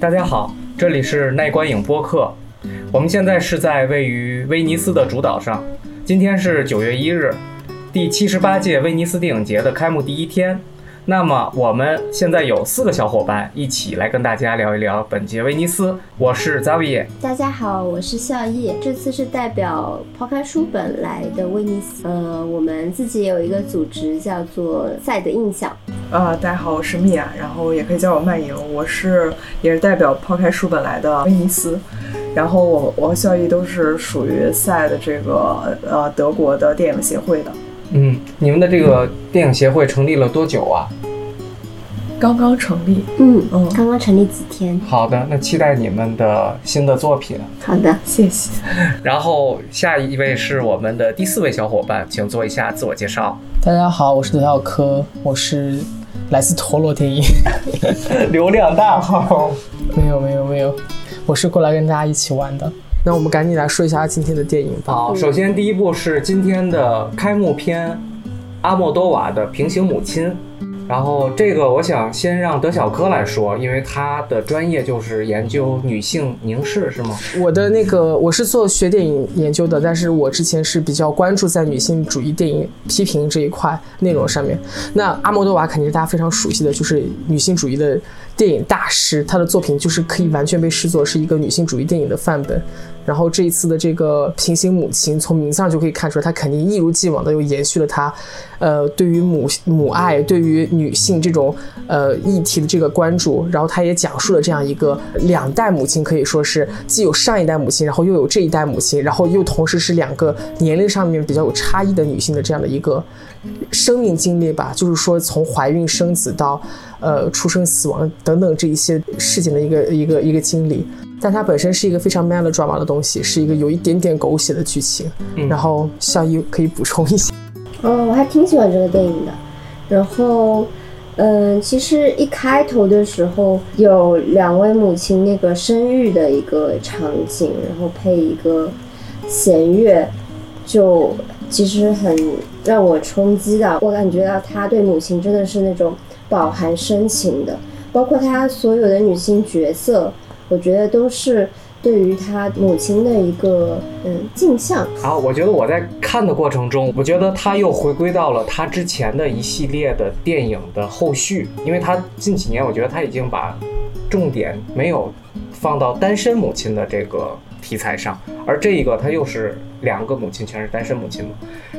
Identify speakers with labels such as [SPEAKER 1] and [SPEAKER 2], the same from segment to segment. [SPEAKER 1] 大家好，这里是耐观影播客。我们现在是在位于威尼斯的主岛上，今天是九月一日，第七十八届威尼斯电影节的开幕第一天。那么我们现在有四个小伙伴一起来跟大家聊一聊本届威尼斯。我是 Zavi，
[SPEAKER 2] 大家好，我是笑意，这次是代表抛开书本来的威尼斯。呃，我们自己有一个组织叫做“赛的印象
[SPEAKER 3] 呃，大家好，我是米娅，然后也可以叫我漫游，我是也是代表抛开书本来的威尼斯，然后我我和笑艺都是属于赛的这个呃德国的电影协会的，
[SPEAKER 1] 嗯，你们的这个电影协会成立了多久啊？
[SPEAKER 3] 刚刚成立，”。
[SPEAKER 2] 嗯，
[SPEAKER 3] 嗯，
[SPEAKER 2] 刚刚成立几天。
[SPEAKER 1] 好的，那期待你们的新的作品。
[SPEAKER 2] 好的，
[SPEAKER 3] 谢谢。
[SPEAKER 1] 然后下一位是我们的第四位小伙伴，请做一下自我介绍。
[SPEAKER 4] 大家好，我是刘小柯，我是来自陀螺 电影。
[SPEAKER 1] 流量大号，
[SPEAKER 4] 没有没有没有，我是过来跟大家一起玩的。那我们赶紧来说一下今天的电影吧。
[SPEAKER 1] 好，首先第一部是今天的开幕片，阿莫多瓦的《平行母亲》。然后这个我想先让德小科来说，因为他的专业就是研究女性凝视，是吗？
[SPEAKER 4] 我的那个我是做学电影研究的，但是我之前是比较关注在女性主义电影批评这一块内容上面。那阿莫多瓦肯定是大家非常熟悉的，就是女性主义的电影大师，他的作品就是可以完全被视作是一个女性主义电影的范本。然后这一次的这个平行母亲，从名字上就可以看出来，他肯定一如既往的又延续了他，呃，对于母母爱、对于女性这种呃议题的这个关注。然后他也讲述了这样一个两代母亲，可以说是既有上一代母亲，然后又有这一代母亲，然后又同时是两个年龄上面比较有差异的女性的这样的一个生命经历吧，就是说从怀孕生子到呃出生、死亡等等这一些事情的一个一个一个经历。但它本身是一个非常 melodrama 的东西，是一个有一点点狗血的剧情。
[SPEAKER 1] 嗯
[SPEAKER 4] 然后笑一可以补充一下，
[SPEAKER 2] 嗯，我还挺喜欢这个电影的。然后，嗯，其实一开头的时候有两位母亲那个生育的一个场景，然后配一个弦乐，就其实很让我冲击到，我感觉到她对母亲真的是那种饱含深情的，包括她所有的女性角色，我觉得都是对于她母亲的一个嗯镜像。
[SPEAKER 1] 好，我觉得我在看的过程中，我觉得他又回归到了他之前的一系列的电影的后续，因为他近几年我觉得他已经把重点没有放到单身母亲的这个题材上，而这一个他又是两个母亲全是单身母亲嘛，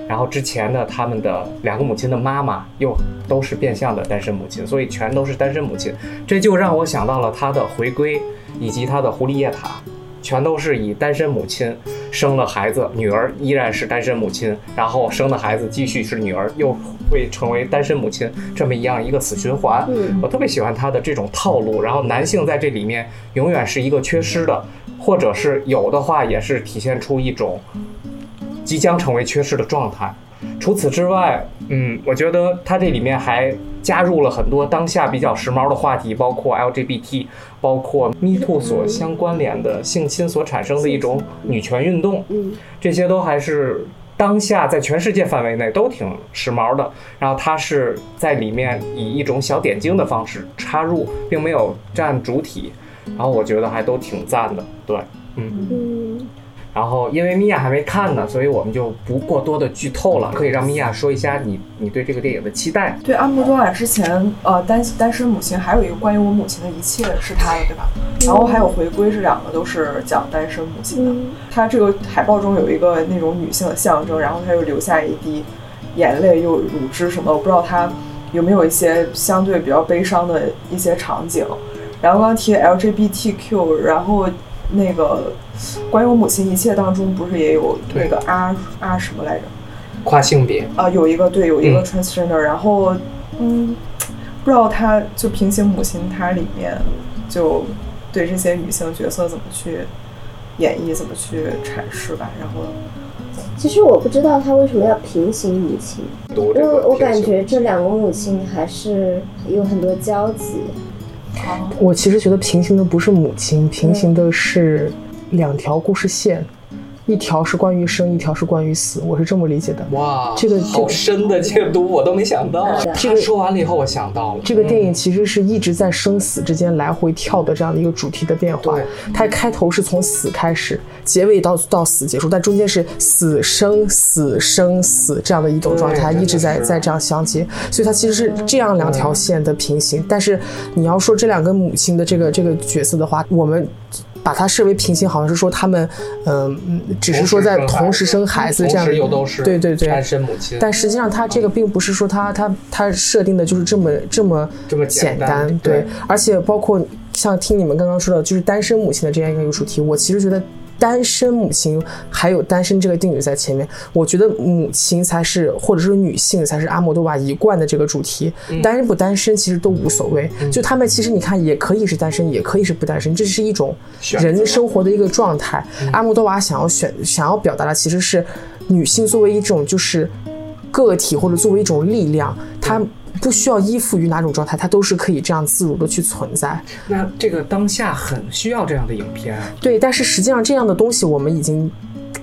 [SPEAKER 1] 然后之前的他们的两个母亲的妈妈又都是变相的单身母亲，所以全都是单身母亲，这就让我想到了他的回归以及他的狐狸夜塔。全都是以单身母亲生了孩子，女儿依然是单身母亲，然后生的孩子继续是女儿，又会成为单身母亲，这么一样一个死循环。
[SPEAKER 2] 嗯
[SPEAKER 1] 我特别喜欢他的这种套路，然后男性在这里面永远是一个缺失的，或者是有的话也是体现出一种即将成为缺失的状态。除此之外，嗯，我觉得它这里面还加入了很多当下比较时髦的话题，包括 LGBT，包括 Me Too 所相关联的性侵所产生的一种女权运动，
[SPEAKER 2] 嗯。
[SPEAKER 1] 这些都还是当下在全世界范围内都挺时髦的。然后它是在里面以一种小点睛的方式插入，并没有占主体，然后我觉得还都挺赞的，对。
[SPEAKER 2] 嗯，
[SPEAKER 1] 然后因为米娅还没看呢，所以我们就不过多的剧透了，可以让米娅说一下你你对这个电影的期待。
[SPEAKER 3] 对，阿莫多瓦之前呃单单身母亲，还有一个关于我母亲的一切是他的，对吧？然后还有回归，这两个都是讲单身母亲的。
[SPEAKER 2] 嗯
[SPEAKER 3] 它这个海报中有一个那种女性的象征，然后她又流下一滴眼泪，又乳汁什么的，我不知道它有没有一些相对比较悲伤的一些场景。然后刚刚提 LGBTQ，然后那个关于我母亲一切当中不是也有那个啊啊什么来着？
[SPEAKER 1] 跨性别，
[SPEAKER 3] 啊，有一个对，有一个
[SPEAKER 1] 嗯
[SPEAKER 3] transgender，、然后嗯，不知道它就平行母亲它里面就对这些女性角色怎么去演绎，怎么去阐释吧，然后
[SPEAKER 2] 其实我不知道他为什么要平行母亲，
[SPEAKER 1] 读
[SPEAKER 2] 因为我感觉这两个母亲还是有很多交集。
[SPEAKER 4] 我其实觉得平行的不是母亲，平行的是两条故事线。一条是关于生，一条是关于死，我是这么理解的。
[SPEAKER 1] 哇，
[SPEAKER 4] 这个这
[SPEAKER 1] 好
[SPEAKER 4] 个
[SPEAKER 1] 深的解读，我都没想到。
[SPEAKER 4] 这
[SPEAKER 1] 他
[SPEAKER 4] 个
[SPEAKER 1] 说完了以后，我想到了
[SPEAKER 4] 这个电
[SPEAKER 2] 嗯
[SPEAKER 4] 影其实是一直在生死之间来回跳的这样的一个主题的变化
[SPEAKER 1] 对。
[SPEAKER 4] 它开头是从死开始，结尾到到死结束，但中间是死生死生死这样的一种状态，
[SPEAKER 1] 对
[SPEAKER 4] 一直在
[SPEAKER 1] 真的是嗯
[SPEAKER 4] 在这样相接。所以它其实是这样两条线的平行。但是你要说这两个母亲的这个这个角色的话，我们。把它视为平行，好像是说他们，嗯、只是说在同
[SPEAKER 1] 同
[SPEAKER 4] 时
[SPEAKER 1] 时
[SPEAKER 4] 生
[SPEAKER 1] 生
[SPEAKER 4] 孩子
[SPEAKER 1] 同
[SPEAKER 4] 这样的
[SPEAKER 1] 时
[SPEAKER 4] 一个，
[SPEAKER 1] 又都是
[SPEAKER 4] 对对对，
[SPEAKER 1] 单身母亲，
[SPEAKER 4] 但实际上，它这个并不是说它它它设定的就是这么这么
[SPEAKER 1] 这么
[SPEAKER 4] 简
[SPEAKER 1] 简单
[SPEAKER 4] 单，
[SPEAKER 1] 对
[SPEAKER 4] 对。而且包括像听你们刚刚说的，就是单身母亲的这样一个主题，我其实觉得单身母亲还有单身这个定语在前面，我觉得母亲才是或者是女性才是阿莫多瓦一贯的这个主题，
[SPEAKER 1] 嗯
[SPEAKER 4] 单身不单身其实都无所谓。就他们其实你看，也可以是单身，也可以是不单身，这是一种
[SPEAKER 1] 选择
[SPEAKER 4] 人生活的一个状态。阿莫多瓦想要选想要表达的其实是女性作为一种就是个体或者作为一种力量，她不需要依附于哪种状态，她都是可以这样自如的去存在。
[SPEAKER 1] 那这个当下很需要这样的影片，啊
[SPEAKER 4] 对，但是实际上这样的东西我们已经。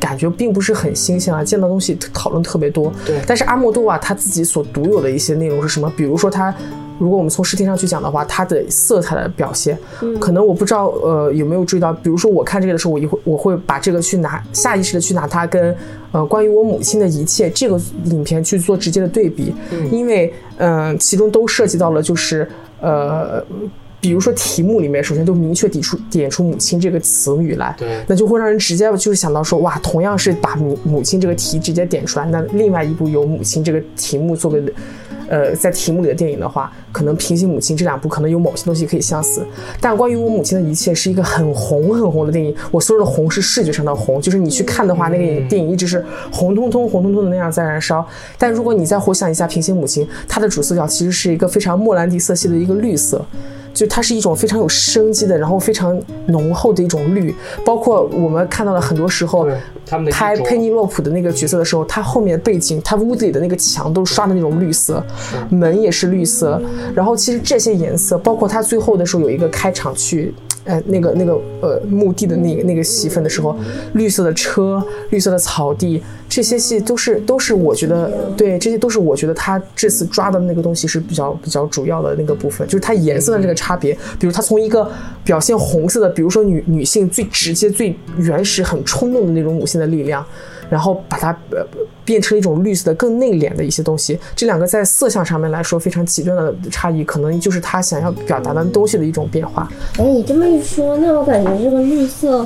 [SPEAKER 4] 感觉并不是很新鲜啊，见到东西讨论特别多。
[SPEAKER 1] 对
[SPEAKER 4] 但是阿莫多瓦他自己所独有的一些内容是什么？比如说他，如果我们从视听上去讲的话，他的色彩的表现，可能我不知道呃有没有注意到，比如说我看这个的时候，我一会我会把这个去拿下意识的去拿它跟呃关于我母亲的一切这个影片去做直接的对比，因为嗯、呃其中都涉及到了就是呃。比如说题目里面，首先都明确点出点出“母亲”这个词语来，
[SPEAKER 1] 对
[SPEAKER 4] 那就会让人直接就是想到说，哇，同样是把母母亲这个题直接点出来，那另外一部有母亲这个题目作为，呃，在题目里的电影的话，可能平行母亲这两部可能有某些东西可以相似，但关于我母亲的一切是一个很红很红的电影，我所有的红是视觉上的红，就是你去看的话，那
[SPEAKER 1] 嗯
[SPEAKER 4] 个电影一直是红彤彤、红彤彤的那样在燃烧。但如果你再回想一下《平行母亲》，它的主色调其实是一个非常莫兰迪色系的一个绿色。就它是一种非常有生机的，然后非常浓厚的一种绿，包括我们看到了很多时候
[SPEAKER 1] 对他们的衣
[SPEAKER 4] 拍
[SPEAKER 1] 着
[SPEAKER 4] 佩妮洛普的那个角色的时候，她后面的背景，她屋子里的那个墙都是刷的那种绿色，门也是绿色，然后其实这些颜色，包括她最后的时候有一个开场去。呃，那个那个呃，墓地的那个那个戏份的时候，绿色的车，绿色的草地，这些戏都是都是我觉得对，这些都是我觉得他这次抓的那个东西是比较比较主要的那个部分，就是它颜色的这个差别。比如它从一个表现红色的，比如说女女性最直接、最原始、很冲动的那种母性的力量，然后把它呃变成一种绿色的、更内敛的一些东西。这两个在色相上面来说非常极端的差异，可能就是他想要表达的东西的一种变化。
[SPEAKER 2] 哎，你这么一说，那我感觉这个绿色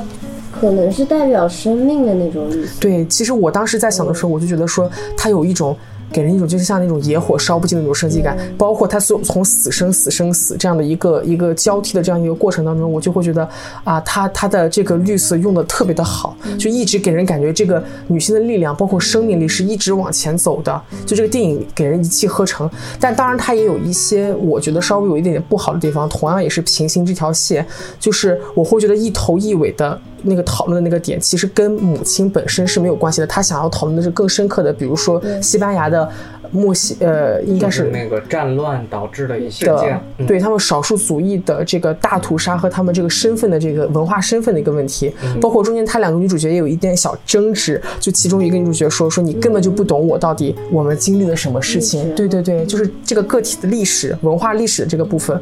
[SPEAKER 2] 可能是代表生命的那种绿色。
[SPEAKER 4] 对，其实我当时在想的时候，我就觉得说它有一种。给人一种就是像那种野火烧不尽的那种生机感，包括它所有从死生死生死这样的一个一个交替的这样一个过程当中，我就会觉得啊，它它的这个绿色用的特别的好，就一直给人感觉这个女性的力量，包括生命力是一直往前走的。就这个电影给人一气呵成，但当然它也有一些我觉得稍微有一点点不好的地方，同样也是平行这条线，就是我会觉得一头一尾的那个讨论的那个点，其实跟母亲本身是没有关系的。他想要讨论的是更深刻的，比如说西班牙的墨西，呃，应该
[SPEAKER 1] 就是是那个战乱导致的一些事
[SPEAKER 4] 的
[SPEAKER 1] 件，嗯
[SPEAKER 4] 对他们少数族裔的这个大屠杀和他们这个身份的这个文化身份的一个问题，包括中间她两个女主角也有一点小争执，就其中一个女主角说说你根本就不懂我到底我们经历了什么事情，对对对，就是这个个体的历史、文化历史这个部分。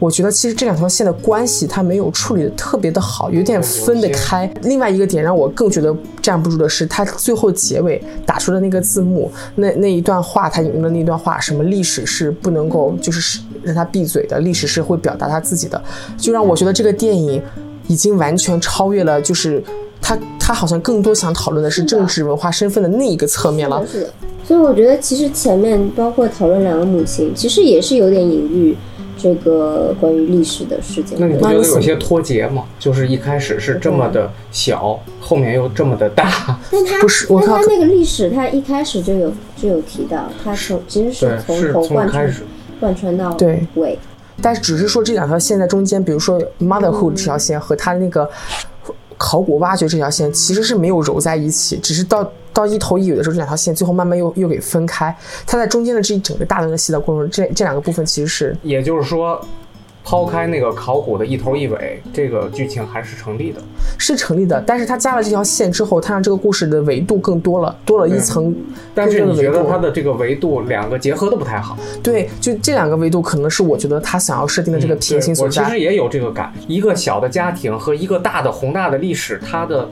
[SPEAKER 4] 我觉得其实这两条线的关系，它没有处理的特别的好，有点分得开。另外一个点让我更觉得站不住的是，它最后结尾打出的那个字幕，那那一段话，它引用的那段话，什么历史是不能够就是让他闭嘴的，历史是会表达他自己的，就让我觉得这个电影已经完全超越了，就是他他好像更多想讨论的是政治文化身份的那一个侧面了。
[SPEAKER 2] 是的。所以我觉得，其实前面包括讨论两个母亲，其实也是有点隐喻这个关于历史的事情。
[SPEAKER 1] 那你不
[SPEAKER 4] 那
[SPEAKER 1] 觉
[SPEAKER 4] 你
[SPEAKER 1] 得
[SPEAKER 4] 死
[SPEAKER 1] 有些脱节吗？就是一开始是这么的小，后面又这么的大，
[SPEAKER 2] 但他
[SPEAKER 4] 不是我
[SPEAKER 2] 但他
[SPEAKER 4] 看
[SPEAKER 2] 那个历史，他一开始就有就有提到，他从其实
[SPEAKER 1] 对
[SPEAKER 2] 是，从
[SPEAKER 1] 是
[SPEAKER 2] 头
[SPEAKER 1] 从
[SPEAKER 2] 贯
[SPEAKER 1] 开
[SPEAKER 2] 穿
[SPEAKER 1] 始，
[SPEAKER 2] 贯穿到
[SPEAKER 4] 对
[SPEAKER 2] 尾。
[SPEAKER 4] 但是只是说这两条线在中间，比如说
[SPEAKER 1] 嗯
[SPEAKER 4] motherhood 这条线和他那个考古挖掘这条线其实是没有揉在一起，只是到到一头一尾的时候，这两条线最后慢慢又又给分开。它在中间的这一整个大段的戏的过程中，这这两个部分其实是
[SPEAKER 1] 也就是说，抛开那个考古的一头一尾，这个剧情还是成立的。
[SPEAKER 4] 是成立的，但是他加了这条线之后，他让这个故事的维度更多了，多了一层
[SPEAKER 1] 但
[SPEAKER 4] 更
[SPEAKER 1] 是
[SPEAKER 4] 多的维度。
[SPEAKER 1] 你觉得它的这个维度两个结合的不太好？
[SPEAKER 4] 对，就这两个维度，可能是我觉得他想要设定的这个
[SPEAKER 1] 嗯
[SPEAKER 4] 平行
[SPEAKER 1] 对
[SPEAKER 4] 所
[SPEAKER 1] 我其
[SPEAKER 4] 在。
[SPEAKER 1] 实也有这个感，一个小的家庭和一个大的宏大的历史，它的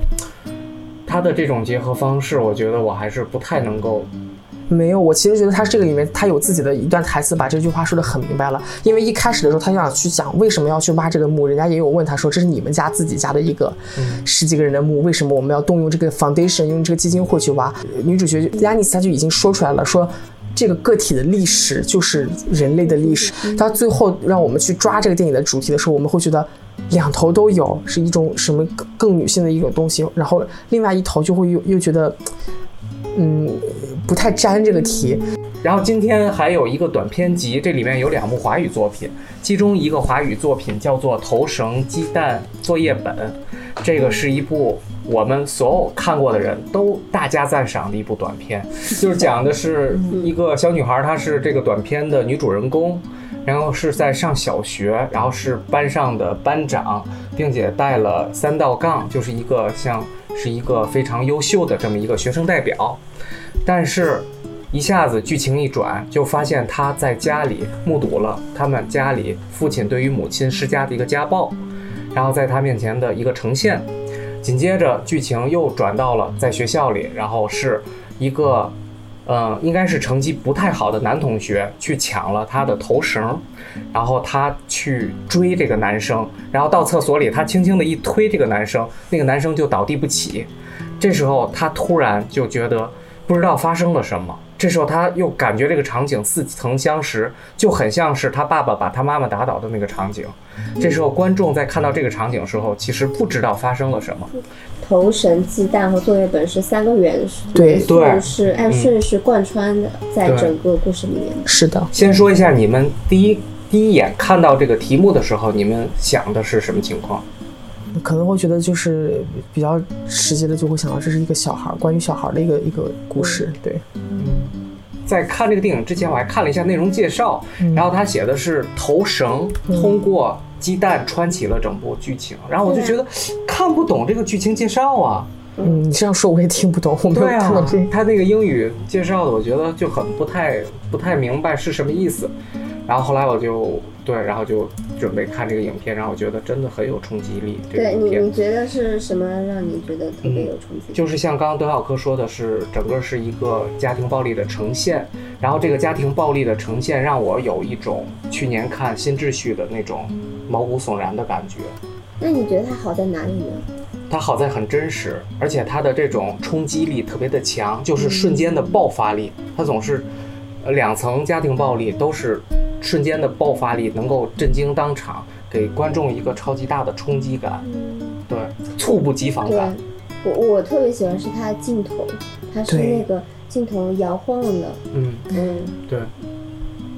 [SPEAKER 1] 它的这种结合方式，我觉得我还是不太能够。
[SPEAKER 4] 没有，我其实觉得他这个里面他有自己的一段台词，把这句话说的很明白了。因为一开始的时候，他想去讲为什么要去挖这个墓，人家也有问他说这是你们家自己家的一个十几个人的墓，为什么我们要动用这个 foundation，用这个基金会去挖？女主角亚尼斯她就已经说出来了，说。这个个体的历史就是人类的历史。到最后让我们去抓这个电影的主题的时候，我们会觉得两头都有，是一种什么更更女性的一种东西，然后另外一头就会又又觉得，嗯，不太沾这个题。
[SPEAKER 1] 然后今天还有一个短片集，这里面有两部华语作品，其中一个华语作品叫做《头绳、鸡蛋、作业本》，这个是一部我们所有看过的人都大加赞赏的一部短片，就是讲的是一个小女孩，她是这个短片的女主人公，然后是在上小学，然后是班上的班长，并且带了三道杠，就是一个像是一个非常优秀的这么一个学生代表，但是。一下子剧情一转，就发现他在家里目睹了他们家里父亲对于母亲施加的一个家暴，然后在他面前的一个呈现。紧接着剧情又转到了在学校里，然后是一个，呃，应该是成绩不太好的男同学去抢了他的头绳，然后他去追这个男生，然后到厕所里他轻轻的一推这个男生，那个男生就倒地不起。这时候他突然就觉得不知道发生了什么。这时候他又感觉这个场景似曾相识，就很像是他爸爸把他妈妈打倒的那个场景。这时候观众在看到这个场景的时候，其实不知道发生了什么。
[SPEAKER 2] 头绳、鸡蛋和作业本是三个元素，
[SPEAKER 4] 对
[SPEAKER 2] 元素
[SPEAKER 1] 对嗯
[SPEAKER 2] 是按顺序贯穿的，在整个故事里面。
[SPEAKER 4] 是的，
[SPEAKER 1] 先说一下你们第一第一眼看到这个题目的时候，你们想的是什么情况？
[SPEAKER 4] 可能会觉得就是比较直接的就会想到这是一个小孩儿，关于小孩儿的一个一个故事。对，
[SPEAKER 1] 在看这个电影之前，我还看了一下内容介绍，然后他写的是头绳通过鸡蛋穿起了整部剧情，然后我就觉得看不懂这个剧情介绍啊。
[SPEAKER 4] 嗯，你这样说我也听不懂，我没有
[SPEAKER 1] 对
[SPEAKER 4] 看到
[SPEAKER 1] 啊
[SPEAKER 4] 这。，
[SPEAKER 1] 他那个英语介绍的，我觉得就很不太不太明白是什么意思。然后后来我就对，然后就准备看这个影片，然后我觉得真的很有冲击力。这个
[SPEAKER 2] 对
[SPEAKER 1] 影
[SPEAKER 2] 你，
[SPEAKER 1] 片
[SPEAKER 2] 你觉得是什么让你觉得特别有冲击？
[SPEAKER 1] 嗯就是像刚刚德小科说的是，整个是一个家庭暴力的呈现。然后这个家庭暴力的呈现让我有一种去年看《新秩序》的那种毛骨悚然的感觉。
[SPEAKER 2] 那你觉得它好在哪里呢？
[SPEAKER 1] 它好在很真实，而且它的这种冲击力特别的强，就是瞬间的爆发力。它总是，呃，两层家庭暴力都是瞬间的爆发力，能够震惊当场，给观众一个超级大的冲击感，对，猝不及防
[SPEAKER 2] 对
[SPEAKER 1] 感。，
[SPEAKER 2] 我我特别喜欢是它的镜头，它是
[SPEAKER 4] 对
[SPEAKER 2] 那个镜头摇晃的，
[SPEAKER 1] 嗯，
[SPEAKER 2] 嗯，
[SPEAKER 1] 对，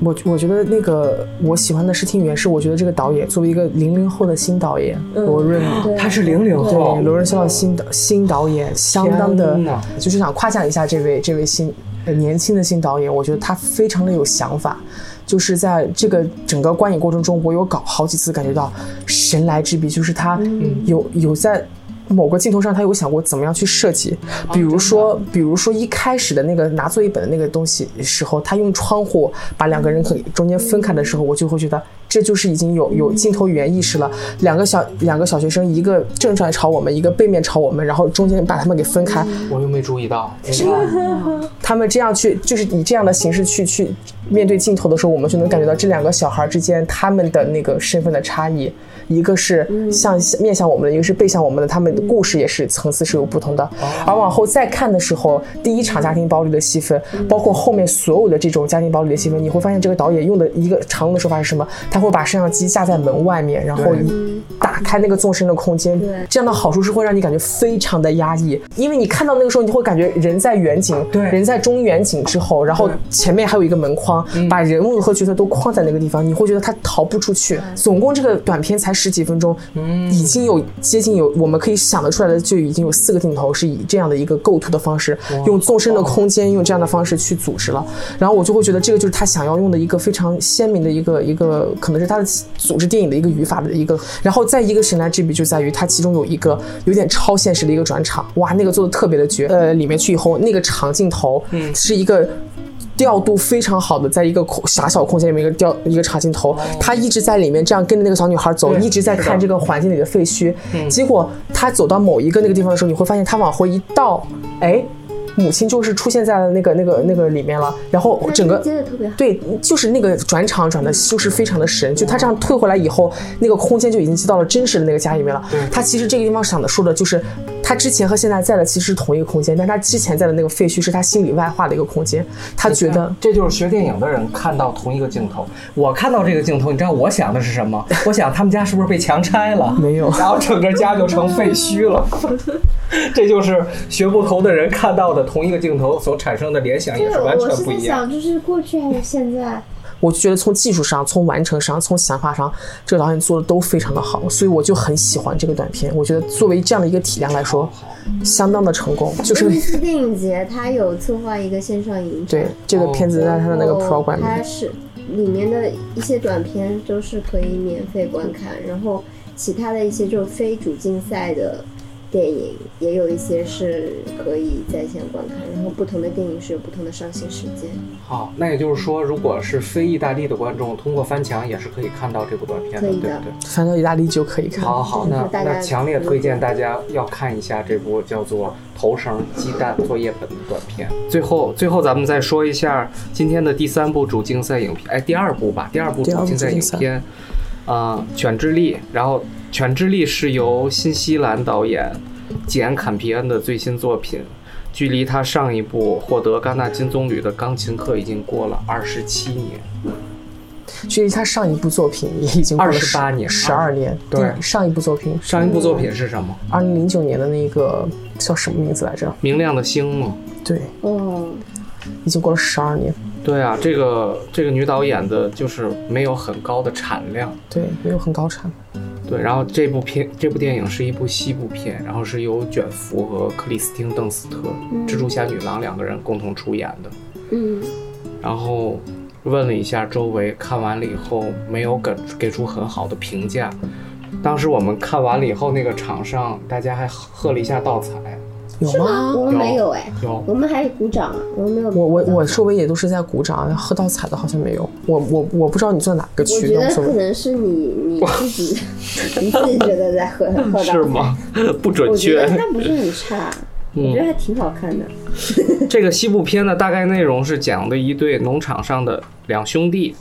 [SPEAKER 4] 我我觉得那个我喜欢的视听语言是，我觉得这个导演作为一个零零后的新导演，
[SPEAKER 2] 嗯
[SPEAKER 4] 罗润。啊
[SPEAKER 2] 对，
[SPEAKER 1] 他是零零后
[SPEAKER 4] 对，罗润肖的新导新导演相当的
[SPEAKER 1] 天，呐，
[SPEAKER 4] 就是想夸奖一下这位这位新呃年轻的新导演，我觉得他非常的有想法，就是在这个整个观影过程中，我有搞好几次感觉到神来之笔，就是他
[SPEAKER 2] 嗯
[SPEAKER 4] 有有在。某个镜头上，他有想过怎么样去设计，比如说，比如说一开始的那个拿作业本的那个东西时候，他用窗户把两个人可以中间分开的时候，我就会觉得这就是已经有有镜头语言意识了。两个小两个小学生，一个正面朝我们，一个背面朝我们，然后中间把他们给分开，
[SPEAKER 1] 我又没注意到，
[SPEAKER 4] 他们这样去，就是以这样的形式去去面对镜头的时候，我们就能感觉到这两个小孩之间他们的那个身份的差异，一个
[SPEAKER 1] 嗯
[SPEAKER 4] 是向面向我们的，一个是背向我们的，他们的故事也是层次是有不同的。而往后再看的时候，第一场家庭暴力的戏份，包括后面所有的这种家庭暴力的戏份，你会发现这个导演用的一个常用的手法是什么？他会把摄像机架在门外面，然后
[SPEAKER 1] 对
[SPEAKER 4] 一打开那个纵深的空间
[SPEAKER 2] 对，
[SPEAKER 4] 这样的好处是会让你感觉非常的压抑，因为你看到那个时候，你会感觉人在远景，
[SPEAKER 1] 对
[SPEAKER 4] 人在中远景之后，然后
[SPEAKER 1] 对
[SPEAKER 4] 前面还有一个门框，把人物和角色都框在那个地方，你会觉得他逃不出去。总共这个短片才十几分钟，已经有接近有我们可以想得出来的，就已经有四个镜头是以这样的一个构图的方式，用纵深的空间，用这样的方式去组织了。然后我就会觉得这个就是他想要用的一个非常鲜明的一个一个可能是它的组织电影的一个语法的一个。然后再一个神来之笔就在于它其中有一个有点超现实的一个转场，哇，那个做的特别的绝。呃，里面去以后那个长镜头，
[SPEAKER 1] 嗯
[SPEAKER 4] 是一个。调度非常好的，在一个空狭小空间里面一个调一个长镜头，他一直在里面这样跟着那个小女孩走，
[SPEAKER 1] 哦对
[SPEAKER 4] 一直在
[SPEAKER 1] 是的
[SPEAKER 4] 看这个环境里的废墟。
[SPEAKER 1] 嗯
[SPEAKER 4] 结果他走到某一个那个地方的时候，你会发现他往回一倒，哎，母亲就是出现在了那个那个那个里面了。然后整个
[SPEAKER 2] 接的特别好。
[SPEAKER 4] 对，就是那个转场转的，就是非常的神。就他这样退回来以后，那个空间就已经接到了真实的那个家里面了
[SPEAKER 1] 对。
[SPEAKER 4] 他其实这个地方想的说的就是，他之前和现在在的其实是同一个空间，但他之前在的那个废墟是他心里外化的一个空间。他
[SPEAKER 2] 嗯
[SPEAKER 4] 觉得
[SPEAKER 1] 这就是学电影的人看到同一个镜头。我看到这个镜头，你知道我想的是什么？我想他们家是不是被强拆了？
[SPEAKER 4] 没有
[SPEAKER 1] 然后整个家就成废墟了。 这就是学不同的人看到的同一个镜头所产生的联想，哎也
[SPEAKER 2] 对，
[SPEAKER 1] 是完全
[SPEAKER 2] 我是
[SPEAKER 1] 不
[SPEAKER 2] 在
[SPEAKER 1] 一样。
[SPEAKER 2] 想，就是过去还是现在？
[SPEAKER 4] 我就觉得从技术上、从完成上、从想法上，这个导演做的都非常的好，所以我就很喜欢这个短片。我觉得作为这样的一个体量来说，相当的成功。就是
[SPEAKER 2] 威尼斯电影节它有策划一个线上影展，
[SPEAKER 4] 对这个片子在他的那个
[SPEAKER 2] 哦
[SPEAKER 4] program 里
[SPEAKER 2] 它
[SPEAKER 4] 面，
[SPEAKER 2] 是里面的一些短片都是可以免费观看，然后其他的一些就非主竞赛的电影，也有一些是可以在线观看，然后不同的电影是有不同的上映时间。
[SPEAKER 1] 好，那也就是说，如果是非意大利的观众，通过翻墙也是可以看到这部短片的，
[SPEAKER 2] 可
[SPEAKER 1] 对
[SPEAKER 2] 以
[SPEAKER 1] 不
[SPEAKER 2] 的
[SPEAKER 1] 对？
[SPEAKER 4] 翻到意大利就可以 看。
[SPEAKER 1] 好好，那
[SPEAKER 2] 大家
[SPEAKER 1] 那强烈推荐大家要看一下这部叫做《头绳鸡蛋作业本》的短片。最后，最后咱们再说一下今天的第三部主竞赛影片，哎，第二部吧，第二部
[SPEAKER 4] 第二
[SPEAKER 1] 主
[SPEAKER 4] 部
[SPEAKER 1] 竞赛
[SPEAKER 4] 主
[SPEAKER 1] 影
[SPEAKER 4] 竞赛
[SPEAKER 1] 片，啊、犬之力》。然后，《犬之力》是由新西兰导演简·坎皮恩的最新作品，距离他上一部获得戛纳金棕榈的《钢琴课》已经过了二十七年。
[SPEAKER 4] 距离他上一部作品也已经过了
[SPEAKER 1] 28年
[SPEAKER 4] 十二年。
[SPEAKER 1] 对
[SPEAKER 4] 第上一部作品，
[SPEAKER 1] 上一部作品是什么？
[SPEAKER 4] 二零零九年的那个叫什么名字来着？
[SPEAKER 1] 明亮的星吗？
[SPEAKER 4] 对，
[SPEAKER 2] 哦，
[SPEAKER 4] 已经过了十二年。
[SPEAKER 1] 对啊，这个这个女导演的就是没有很高的产量，
[SPEAKER 4] 对，没有很高产。
[SPEAKER 1] 对。然后这部片这部电影是一部西部片，然后是由卷福和克里斯汀·邓斯特、蜘蛛侠女郎两个人共同出演的。
[SPEAKER 2] 嗯，
[SPEAKER 1] 然后问了一下周围，看完了以后没有给给出很好的评价。当时我们看完了以后，那个场上大家还喝了一下倒彩，
[SPEAKER 4] 有
[SPEAKER 2] 是
[SPEAKER 4] 吗
[SPEAKER 2] 吗？？我们没有哎，
[SPEAKER 1] 有
[SPEAKER 2] 我们还鼓掌啊，我们没有。
[SPEAKER 4] 我我我周围也都是在鼓掌，喝到彩的好像没有。我我我不知道你坐哪
[SPEAKER 2] 我
[SPEAKER 4] 个区
[SPEAKER 2] 觉
[SPEAKER 4] 的，
[SPEAKER 2] 得
[SPEAKER 4] 无所
[SPEAKER 2] 可
[SPEAKER 4] 谓。
[SPEAKER 2] 能是你你自 己你自己觉得在喝喝到
[SPEAKER 1] 是吗？不准
[SPEAKER 2] 我觉
[SPEAKER 1] 确
[SPEAKER 2] 得。它不是很差，我觉得还挺好看的。
[SPEAKER 1] 这个西部片的大概内容是讲的一对农场上的两兄弟，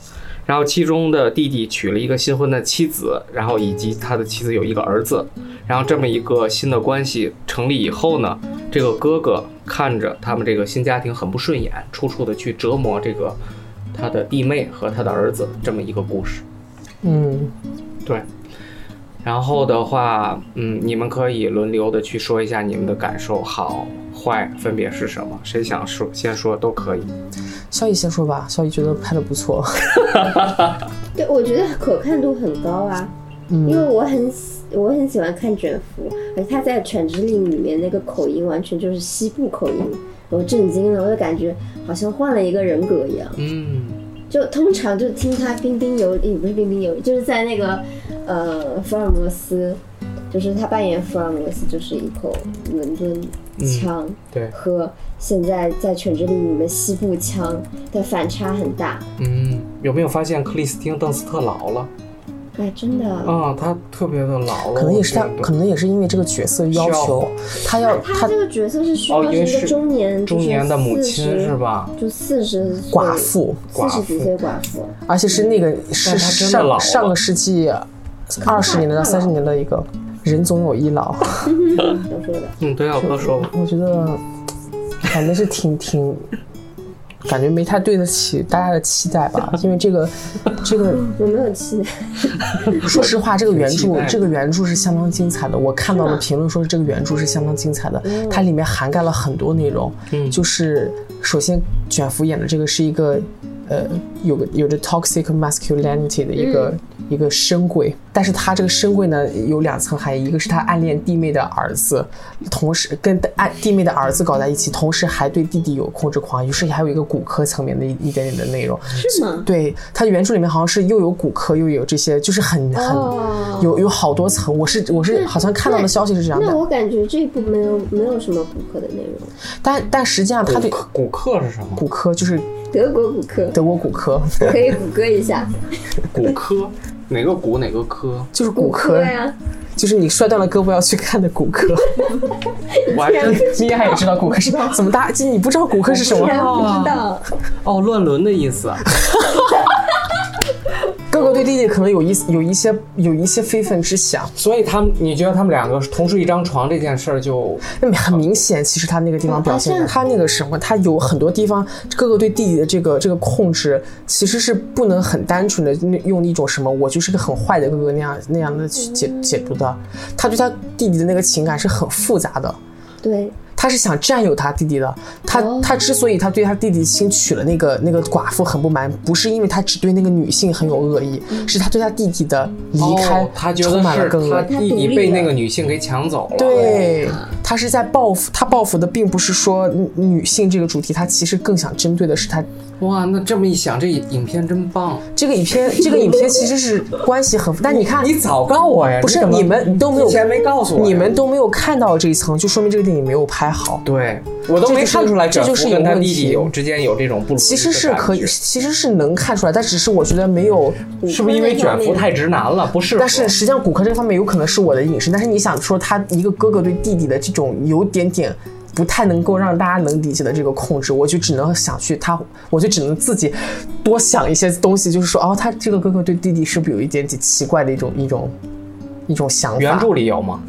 [SPEAKER 1] 然后其中的弟弟娶了一个新婚的妻子，然后以及他的妻子有一个儿子，然后这么一个新的关系成立以后呢，这个哥哥看着他们这个新家庭很不顺眼，处处的去折磨这个他的弟妹和他的儿子，这么一个故事。
[SPEAKER 4] 嗯，
[SPEAKER 1] 对。然后的话，嗯，你们可以轮流的去说一下你们的感受，好坏分别是什么？谁想说先说都可以。
[SPEAKER 4] 肖乙先说吧，肖乙觉得拍的不错。
[SPEAKER 2] 对，我觉得可看度很高啊，因为我很喜我很喜欢看卷福，而且他在《犬之力》里面那个口音完全就是西部口音，我震惊了，我就感觉好像换了一个人格一样。
[SPEAKER 1] 嗯，
[SPEAKER 2] 就通常就听他彬彬有礼，不是彬彬有礼，就是在那个呃福尔摩斯，就是他扮演福尔摩斯就是一口伦敦腔，
[SPEAKER 1] 对，
[SPEAKER 2] 和现在在《犬之力》里面西部腔的反差很大。
[SPEAKER 1] 嗯，有没有发现克里斯汀·邓斯特老了？
[SPEAKER 2] 哎，真的，
[SPEAKER 1] 啊、她特别的老了，
[SPEAKER 4] 可能也是他
[SPEAKER 1] 我觉，得
[SPEAKER 4] 可能也是因为这个角色要求，他要
[SPEAKER 2] 他
[SPEAKER 4] 他
[SPEAKER 2] 这个角色是需要
[SPEAKER 1] 哦因为
[SPEAKER 2] 一个
[SPEAKER 1] 是
[SPEAKER 2] 中年，
[SPEAKER 1] 中年的母亲是
[SPEAKER 2] 是？
[SPEAKER 1] 吧？
[SPEAKER 2] 就四十岁
[SPEAKER 4] 寡，妇，
[SPEAKER 2] 四十几岁寡妇，
[SPEAKER 4] 而且是那个
[SPEAKER 1] 嗯但
[SPEAKER 4] 是
[SPEAKER 1] 他真的老了
[SPEAKER 4] 上上个世纪二十年的到三十年的一个人总有一老，
[SPEAKER 2] 怎么说的？
[SPEAKER 1] 嗯，对，我哥说吧。
[SPEAKER 4] 我觉得反正是挺挺。感觉没太对得起大家的期待吧，因为这个，这个
[SPEAKER 2] 我没有期待，
[SPEAKER 4] 说实话，这个原
[SPEAKER 1] 期
[SPEAKER 4] 著
[SPEAKER 1] 待
[SPEAKER 4] 这个原著是相当精彩的。我看到了评论说这个原著是相当精彩的，它里面涵盖了很多内容。
[SPEAKER 1] 嗯
[SPEAKER 4] 就是首先卷福演的这个是一个，呃，有个有着 toxic masculinity 的一个一个深柜，但是他这个深柜呢有两层含义，一个是他暗恋弟妹的儿子，同时跟暗弟妹的儿子搞在一起，同时还对弟弟有控制狂，于是还有一个骨科层面的一一点点的内容。
[SPEAKER 2] 是吗？
[SPEAKER 4] 对，它原著里面好像是又有骨科又有这些，就是很很、
[SPEAKER 2] 哦
[SPEAKER 4] 有有好多层。我是我是好像看到的消息是这样
[SPEAKER 2] 嗯那
[SPEAKER 4] 的，
[SPEAKER 2] 我感觉这一部没有没有什么骨科的内容，
[SPEAKER 4] 但但实际上它
[SPEAKER 1] 骨
[SPEAKER 4] 对
[SPEAKER 1] 科骨科是什么？
[SPEAKER 4] 骨科就是
[SPEAKER 2] 德国骨科
[SPEAKER 4] 德国 骨科，
[SPEAKER 2] 可以谷歌一 下，
[SPEAKER 1] 骨科哪个骨哪个科？
[SPEAKER 4] 就是骨
[SPEAKER 2] 骨
[SPEAKER 4] 科，
[SPEAKER 2] 呀，
[SPEAKER 4] 就是你摔断了胳膊要去看的骨 科。
[SPEAKER 1] 我还真
[SPEAKER 4] 米娅也知道骨科是怎么搭，你不知道骨科是什
[SPEAKER 2] 竟
[SPEAKER 4] 么？
[SPEAKER 2] 然不知道，
[SPEAKER 1] 哦，乱伦的意思啊。
[SPEAKER 4] 哥哥对弟弟可能有一有一些有一些非分之想，
[SPEAKER 1] 所以他们，你觉得他们两个同睡一张床这件事儿就
[SPEAKER 4] 那很明显，其实他那个地方表现
[SPEAKER 2] 哦
[SPEAKER 4] 的，他那个什么，他有很多地方，哥哥对弟弟的这个这个控制，其实是不能很单纯的用一种什么我就是个很坏的哥哥那样那样的去解
[SPEAKER 2] 嗯
[SPEAKER 4] 解读的，他对他弟弟的那个情感是很复杂的。
[SPEAKER 2] 对，
[SPEAKER 4] 他是想占有他弟弟的。他、
[SPEAKER 2] 哦
[SPEAKER 4] 他之所以他对他弟弟新娶了那个那个寡妇很不满，不是因为他只对那个女性很有恶意，
[SPEAKER 2] 嗯
[SPEAKER 4] 是他对他弟弟的离开、
[SPEAKER 1] 哦他觉
[SPEAKER 4] 充
[SPEAKER 1] 得
[SPEAKER 4] 满了
[SPEAKER 1] 是
[SPEAKER 4] 更恶
[SPEAKER 1] 他
[SPEAKER 4] 意。
[SPEAKER 1] 弟弟被那个女性给抢走了。，
[SPEAKER 4] 对，他是在报复，他报复的并不是说女女性这个主题，他其实更想针对的是他
[SPEAKER 1] 哇，那这么一想，这影片真棒。
[SPEAKER 4] 这个影片，这个影片其实是关系很复，但你看，
[SPEAKER 1] 你早告我呀！
[SPEAKER 4] 不是
[SPEAKER 1] 怎么
[SPEAKER 4] 你们都没有
[SPEAKER 1] 之前没告诉我呀，
[SPEAKER 4] 你们都没有看到这一层，就说明这个电影没有拍好。
[SPEAKER 1] 对我都没看出来，
[SPEAKER 4] 这就是这就是有
[SPEAKER 1] 跟他弟
[SPEAKER 4] 问题
[SPEAKER 1] 弟有之间有这种不伦。
[SPEAKER 4] 其实是可以，，其实是能看出来，但只是我觉得没有
[SPEAKER 1] 是不是因为卷福太直男了？不是，
[SPEAKER 4] 但是实际上骨科这方面有可能是我的隐身，但是你想说他一个哥哥对弟弟的这种有点点。不太能够让大家能理解的这个控制，我就只能想去他，我就只能自己多想一些东西，就是说，哦，他这个哥哥对弟弟是不是有一点点奇怪的一种一种一种想法？
[SPEAKER 1] 原著里有吗？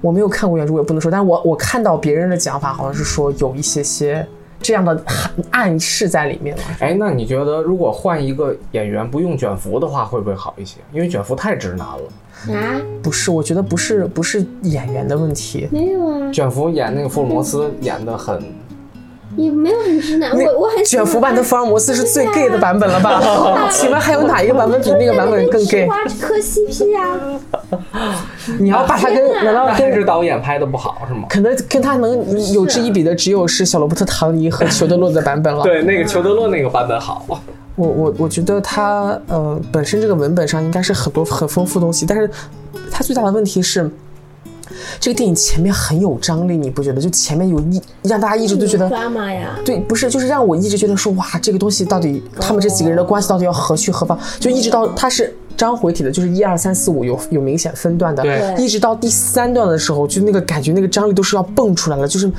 [SPEAKER 4] 我没有看过原著，我也不能说，但是我我看到别人的讲法，好像是说有一些些这样的含暗示在里面了。
[SPEAKER 1] 哎，那你觉得如果换一个演员不用卷福的话，会不会好一些？因为卷福太直男了。
[SPEAKER 2] 啊，
[SPEAKER 4] 不是，我觉得不是不是演员的问题，
[SPEAKER 2] 没有啊，
[SPEAKER 1] 卷福演那个福尔摩斯演的很，
[SPEAKER 2] 也没有很直男，我我很喜
[SPEAKER 4] 卷
[SPEAKER 2] 欢
[SPEAKER 4] 福版的福尔摩斯是最 gay 的版本了
[SPEAKER 2] 啊
[SPEAKER 4] 吧？请问还有哪一个版本比那个版本更 gay？
[SPEAKER 2] 花磕 CP 啊，
[SPEAKER 4] 你要把它跟难道
[SPEAKER 1] 那还
[SPEAKER 4] 跟
[SPEAKER 1] 是导演拍的不好是吗？
[SPEAKER 4] 可能跟他能有之一比的只有是小罗伯特·唐尼和裘德洛的版本了。
[SPEAKER 1] 对，那个裘德洛那个版本好。
[SPEAKER 4] 我我我觉得它呃本身这个文本上应该是很多很丰富的东西，但是它最大的问题是。这个电影前面很有张力，你不觉得？就前面有一让大家一直都觉得
[SPEAKER 2] 抓马呀，
[SPEAKER 4] 对，不是，就是让我一直觉得说，哇，这个东西到底他们这几个人的关系到底要何去何方？就一直到它是章回体的，就是一二三四五有有明显分段的，
[SPEAKER 1] 对
[SPEAKER 4] 一直到第三段的时候，就那个感觉那个张力都是要蹦出来了，就是。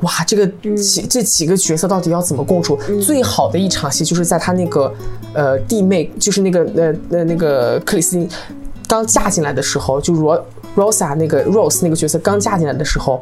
[SPEAKER 4] 哇，这个几、这几个角色到底要怎么共处？最好的一场戏就是在他那个，呃，弟妹，就是那个呃呃那个克里斯汀刚嫁进来的时候，就罗 Rosa 那个 Rose 那个角色刚嫁进来的时候，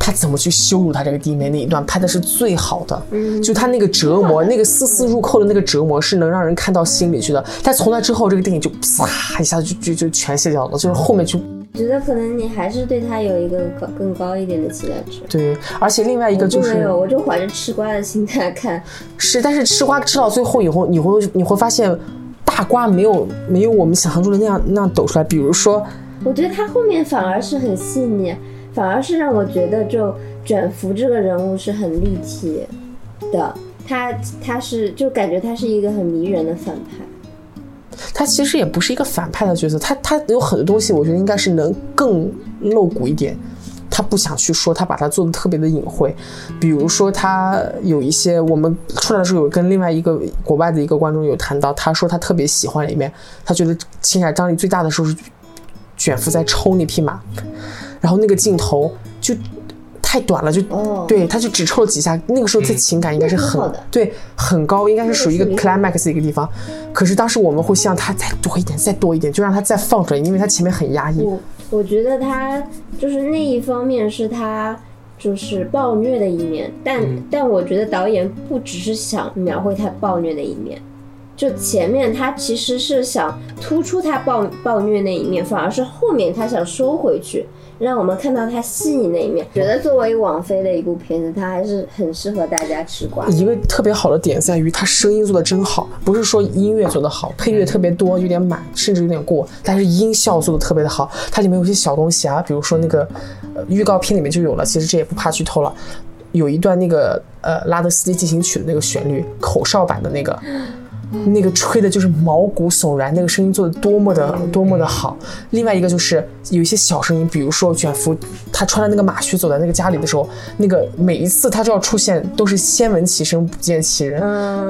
[SPEAKER 4] 她怎么去羞辱她这个弟妹那一段拍的是最好的，就她那个折磨，那个丝丝入扣的那个折磨是能让人看到心里去的。但从那之后，这个电影就啪一下就就就全卸掉了，就是后面就
[SPEAKER 2] 我觉得可能你还是对他有一个高更高一点的期待值。
[SPEAKER 4] 对，而且另外一个就
[SPEAKER 2] 没
[SPEAKER 4] 是
[SPEAKER 2] 有，我就怀着吃瓜的心态看，
[SPEAKER 4] 是，但是吃瓜吃到最后以后，你会你会发现。大瓜没有没有我们想象中的那样那样抖出来，比如说
[SPEAKER 2] 我觉得他后面反而是很细腻，反而是让我觉得就卷福这个人物是很立体的，他他是就感觉他是一个很迷人的反派。
[SPEAKER 4] 他其实也不是一个反派的角色，他他有很多东西，我觉得应该是能更露骨一点。他不想去说，他把它做的特别的隐晦，比如说他有一些我们出来的时候有跟另外一个国外的一个观众有谈到，他说他特别喜欢里面，他觉得情感张力最大的时候是卷福在抽那匹马，然后那个镜头就太短了，就、
[SPEAKER 2] 哦嗯
[SPEAKER 4] 对，他就只抽了几下，那个时候他情感应该是很、
[SPEAKER 2] 那挺好的
[SPEAKER 4] 对很高，应该是属于一个
[SPEAKER 2] 那个是
[SPEAKER 4] climax 的一个地方。可是当时我们会希望他再多一点，再多一点，就让他再放出来，因为他前面很
[SPEAKER 1] 嗯
[SPEAKER 4] 压抑。
[SPEAKER 2] 我我觉得他就是那一方面是他就是暴虐
[SPEAKER 1] 嗯
[SPEAKER 2] 的一面，但、但我觉得导演不只是想描绘他暴虐的一面，就前面他其实是想突出他暴暴虐那一面，反而是后面他想收回去，让我们看到他细腻那一面。觉得作为王菲的一部片子，它还是很适合大家吃瓜。
[SPEAKER 4] 一个特别好的点在于，它声音做的真好，不是说音乐做的好，配乐特别多，有点满，甚至有点过，但是音效做的特别的好。它里面有些小东西啊，比如说那个、呃预告片里面就有了，其实这也不怕剧透了。有一段那个呃拉德斯基进行曲的那个旋律，口哨版的那个，那个吹的就是毛骨悚然，那个声音做的多么的多么的好。另外一个就是有一些小声音，比如说卷福他穿着那个马靴走在那个家里的时候，那个每一次他只要出现都是先闻其声不见其人，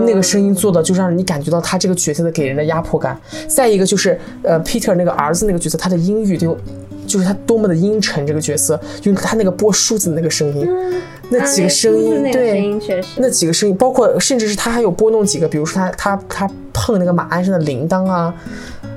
[SPEAKER 4] 那个声音做的就让你感觉到他这个角色的给人的压迫感。再一个就是呃 Peter 那个儿子那个角色，他的音域就。就是他多么的阴沉，这个角色用他那个拨梳子的那个声音，那几个声音，
[SPEAKER 2] 啊那个梳子那个
[SPEAKER 4] 对，
[SPEAKER 2] 声音确实
[SPEAKER 4] 那几个声音，包括甚至是他还有拨弄几个，比如说他他他碰那个马鞍上的铃铛啊，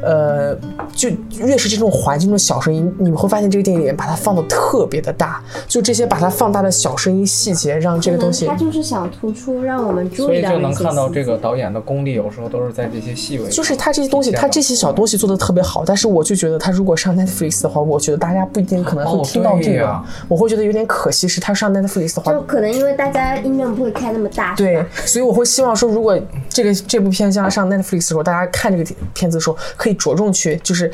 [SPEAKER 4] 呃，就越是这种环境中的小声音，你们会发现这个电影里面把它放的特别的大，就这些把它放大的小声音细节，让这个东西
[SPEAKER 2] 他嗯就是想突出，让我们注
[SPEAKER 1] 所
[SPEAKER 2] 意
[SPEAKER 1] 以
[SPEAKER 2] 到
[SPEAKER 1] 就能
[SPEAKER 2] 那些
[SPEAKER 1] 看到
[SPEAKER 2] 细
[SPEAKER 1] 这
[SPEAKER 2] 节
[SPEAKER 1] 个导演的功力，有时候都是在这些细微上。
[SPEAKER 4] 就是他这些东西，他这些小东西做的特别好，但是我就觉得他如果上 Netflix 的话，我觉得大家不一定可能会
[SPEAKER 1] 哦
[SPEAKER 4] 听到这
[SPEAKER 1] 对
[SPEAKER 4] 个，
[SPEAKER 1] 呀
[SPEAKER 4] 我会觉得有点可惜。是他上 Netflix 的话
[SPEAKER 2] 就，可能因为大家音量不会开那么大，是
[SPEAKER 4] 对
[SPEAKER 2] 吧，
[SPEAKER 4] 所以我会希望说，如果这个这部片将上 Netflix 的时候，大家看这个片子的时候，可以着重去就是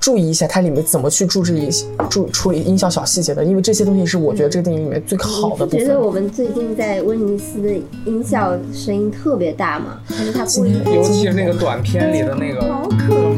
[SPEAKER 4] 注意一下它里面怎么去注意注处理音效小细节的，因为这些东西是我觉得这个电影里面最好的
[SPEAKER 2] 你不
[SPEAKER 4] 部
[SPEAKER 2] 觉得
[SPEAKER 4] 分。
[SPEAKER 2] 我们最近在威尼斯的音效声音特别大吗？就是他故意
[SPEAKER 1] 尤其是那个短片里的那个
[SPEAKER 2] 好可